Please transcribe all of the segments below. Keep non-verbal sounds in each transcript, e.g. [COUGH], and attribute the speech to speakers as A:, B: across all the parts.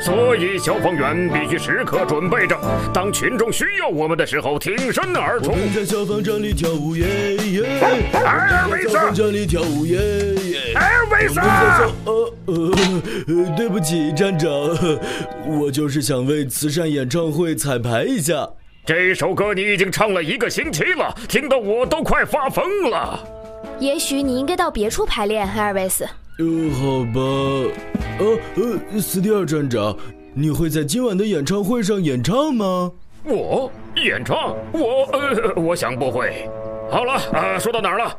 A: 所以，消防员必须时刻准备着，当群众需要我们的时候，挺身而
B: 我
A: 出。
B: 们在消防站里跳舞耶耶，
A: 哎，维斯
B: 在消，防站里跳舞耶耶。
A: 哎，维斯
B: 我，们在消呃呃呃，对不起，站长，我就是想为慈善演唱会彩排一下。
A: 这首歌你已经唱了一个星期了，听得我都快发疯了。
C: 也许你应该到别处排练，艾尔维斯。
B: 呃，好吧，呃呃，斯蒂尔站长，你会在今晚的演唱会上演唱吗？
A: 我演唱，我呃，我想不会。好了，呃，说到哪儿了？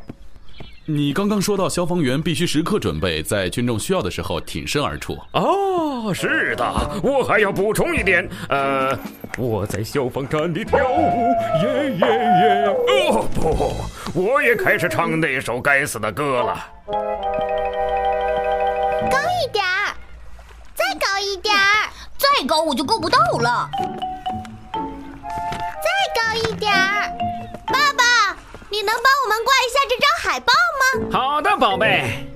D: 你刚刚说到，消防员必须时刻准备，在群众需要的时候挺身而出。
A: 哦，是的，我还要补充一点，呃，我在消防站里跳舞，耶耶耶！哦不，我也开始唱那首该死的歌了。
E: 一点儿，再高一点儿，再高我就够不到了。再高一点儿，爸爸，你能帮我们挂一下这张海报吗？
A: 好的，宝贝。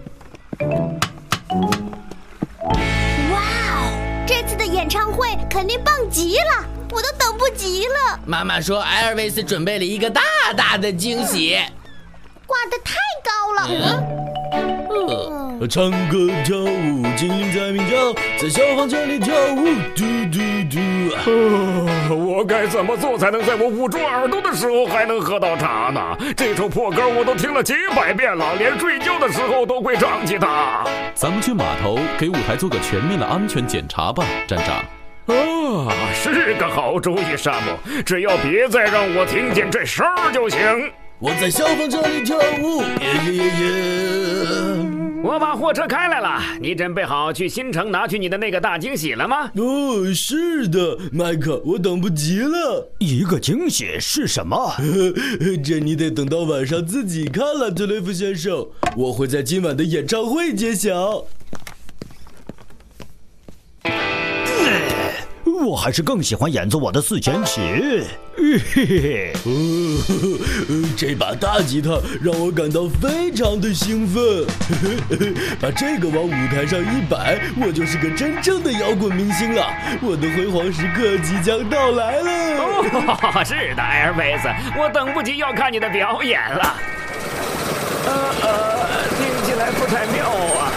E: 哇哦，这次的演唱会肯定棒极了，我都等不及了，
F: 妈妈说，艾尔维斯准备了一个大大的惊喜。
E: 挂的太高了。
B: 唱歌跳舞，精灵在鸣叫，在消防站里跳舞，嘟嘟嘟。
A: 呃我该怎么做才能在我捂住耳朵的时候还能喝到茶呢？这首破歌我都听了几百遍了，连睡觉的时候都会唱起它。
D: 咱们去码头给舞台做个全面的安全检查吧，站长。
A: 啊，是个好主意，山姆，只要别再让我听见这声儿就行。
B: 我在消防站里跳舞，耶耶耶耶！
A: 我把货车开来了，你准备好去新城拿去你的那个大惊喜了吗？ [LAUGHS]
B: 哦，是的，麦克，我等不及了。 [LAUGHS]
G: 一个惊喜是什么？
B: 这你得等到晚上自己看了，特雷弗先生。我会在今晚的演唱会揭晓。 [LAUGHS]
G: 我还是更喜欢演奏我的四弦琴。嘿嘿嘿，
B: 哦，呵呵呃这把大吉他让我感到非常的兴奋。 [LAUGHS] 把这个往舞台上一摆，我就是个真正的摇滚明星了。我的辉煌时刻即将到来了。
A: 哦，是的，艾尔维斯，我等不及要看你的表演了。呃呃，听起来不太妙啊。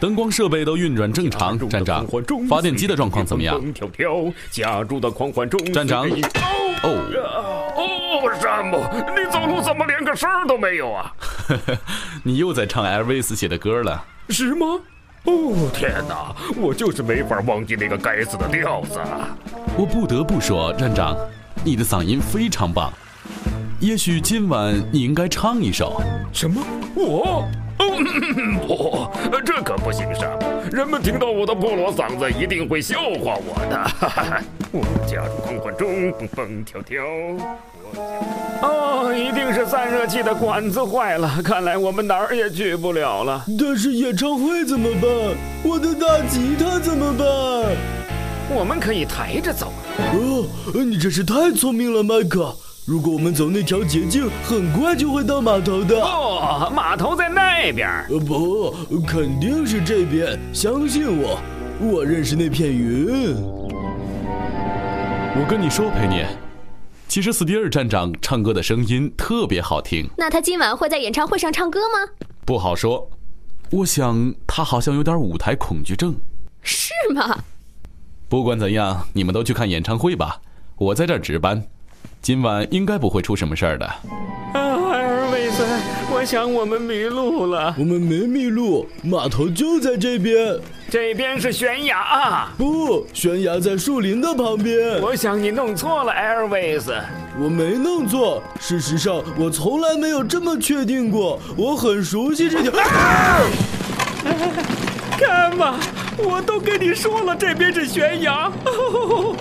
D: 灯光设备都运转正常，站长。发电机的状况怎么样？
A: 蹦跳跳，加入的狂欢中。
D: 站长
A: 哦
D: 哦， [LAUGHS]
A: 哦，山姆，你走路怎么连个声儿都没有啊？
D: 你又在唱艾维斯写的歌了。
A: 是吗？哦，天哪，我就是没法忘记那个该死的调子。啊
D: 我不得不说，站长，你的嗓音非常棒。也许今晚你应该唱一首。
A: 什么？我？哦，嗯我呃这可不行，山姆，人们听到我的破锣嗓子一定会笑话我的。 [LAUGHS] 哈哈，我加入狂欢中，蹦蹦跳跳。哦，一定是散热器的管子坏了，看来我们哪儿也去不了了。
B: 但是演唱会怎么办？我的大吉他怎么办？
A: 我们可以抬着走。
B: 哦，你真是太聪明了，麦克！如果我们走那条捷径，很快就会到码头的。
A: 哦，码头在那边。
B: 呃，不，肯定是这边，相信我，我认识那片云。
D: 我跟你说，佩妮，其实斯蒂尔站长唱歌的声音特别好听，
C: 那他今晚会在演唱会上唱歌吗？
D: 不好说。我想他好像有点舞台恐惧症。
C: 是吗？
D: 不管怎样，你们都去看演唱会吧，我在这儿值班，今晚应该不会出什么事儿的。
A: 啊，艾尔维斯，我想我们迷路了。
B: 我们没迷路，码头就在这边。
A: 这边是悬崖啊！
B: 不，悬崖在树林的旁边。
A: 我想你弄错了，艾尔维斯。
B: 我没弄错，事实上我从来没有这么确定过。我很熟悉这条。
A: 看吧，我都跟你说了，这边是悬崖。哦，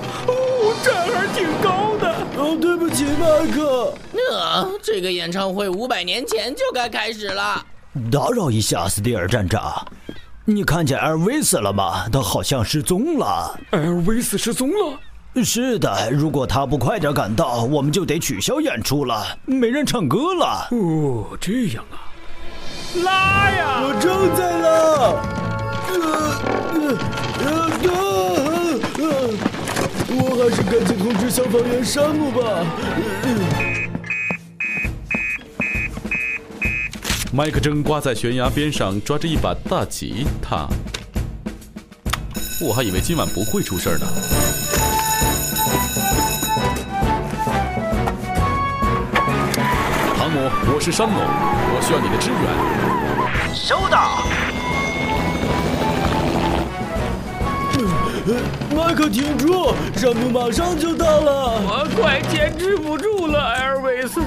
A: 这儿挺高的。
B: 哦，对不起，麦克。
F: 呃，这个演唱会五百年前就该开始了。
G: [LAUGHS] 打扰一下，斯蒂尔站长，你看见艾尔维斯了吗？他好像失踪了。
A: 艾尔维斯失踪了。
G: 是的，如果他不快点赶到，我们就得取消演出了，没人唱歌了。
A: 哦，这样啊，拉呀！
B: 我正在拉。呃呃呃呃呃我还是赶紧通知消防员山姆吧。
D: 麦克正挂在悬崖边上，抓着一把大吉他。我还以为今晚不会出事儿呢。汤姆，我是山姆，我需要你的支援。
G: 收到。
B: 麦克，挺住！山姆马上就到了。
A: 我快坚持不住了，艾尔维斯。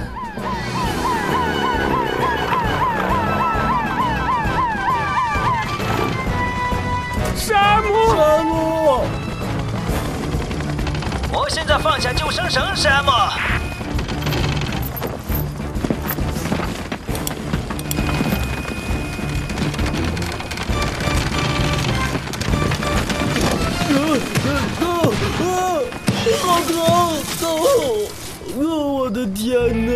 A: 山姆，
B: 山姆，
G: 我现在放下救生绳，山姆。
B: 哦哦，好疼，哦！哦，我的天哪！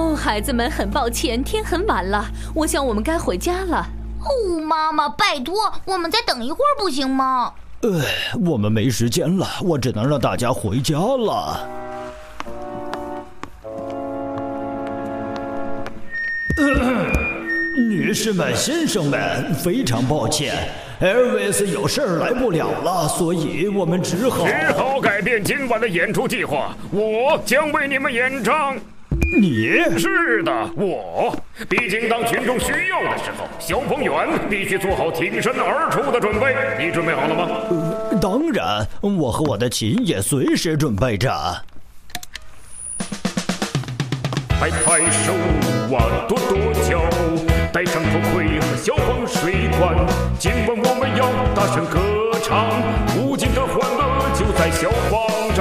H: 哦，孩子们，很抱歉，天很晚了，我想我们该回家了。
E: 哦，妈妈，拜托，我们再等一会儿不行吗？
G: 呃，我们没时间了，我只能让大家回家了。 [CLEARS THROAT] 女士们、先生们，非常抱歉，Elvis 有事儿来不了了，所以我们只好……
A: 只好改变今晚的演出计划，我将为你们演唱。
G: 你
A: 是的，我。毕竟当群众需要的时候，消防员必须做好挺身而出的准备。你准备好了吗？
G: 当然，我和我的琴也随时准备着。
A: 拍拍手啊，跺跺脚，戴上头盔和消防水管。今晚我们要大声歌唱，无尽的欢乐就在消防站。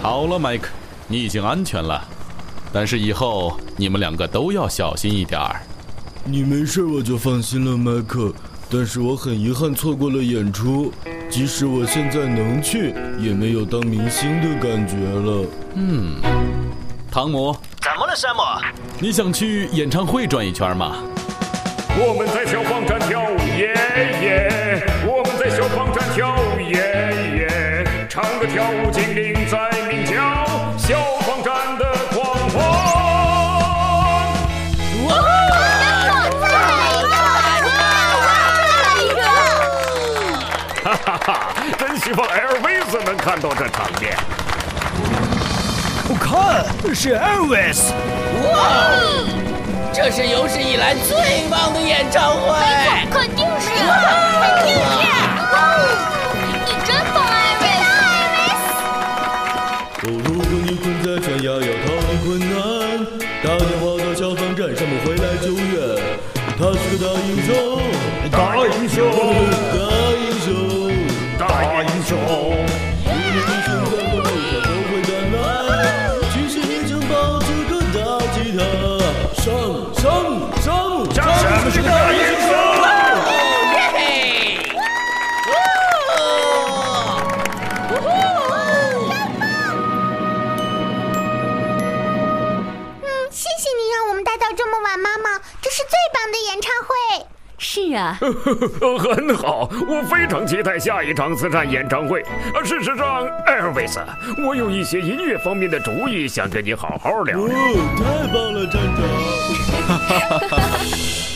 D: 好了，麦克，你已经安全了，但是以后你们两个都要小心一点儿。
B: 你没事我就放心了，麦克。但是我很遗憾错过了演出，即使我现在能去，也没有当明星的感觉了。
D: 汤姆，
G: 怎么了，山姆？
D: 你想去演唱会转一圈吗？
A: 我们在消防站跳舞耶哎耶，我们在消防站跳舞耶耶，唱歌跳舞精灵在鸣叫，消防站的狂欢。
E: 来一个！
A: 哈哈哈，真希望 L V 斯能看到这场面。
G: 看，是 Elvis。
F: 哇，这是有史以来最棒的演唱会！
E: 肯定是，肯定是！你真棒，艾瑞斯！
B: 哦，如果你困在悬崖要逃离困难，打电话到消防站，山姆会来救援。他是个大英雄，
G: 大英雄，
B: 大英雄，
A: 大英雄，
B: 无论英雄在何方，他都会赶来。其实你正抱着个大吉他，山姆，山姆，山姆，山姆是个大英雄。
F: 嘿，哦
E: 嗯，谢谢你让我们待到这么晚，妈妈，这是最棒的演唱会。
H: 是啊，
A: 呃， [LAUGHS] 很好，我非常期待下一场慈善演唱会。呃，事实上，L V 斯，我有一些音乐方面的主意想跟你好好聊聊。
B: 哦，太棒了，站长！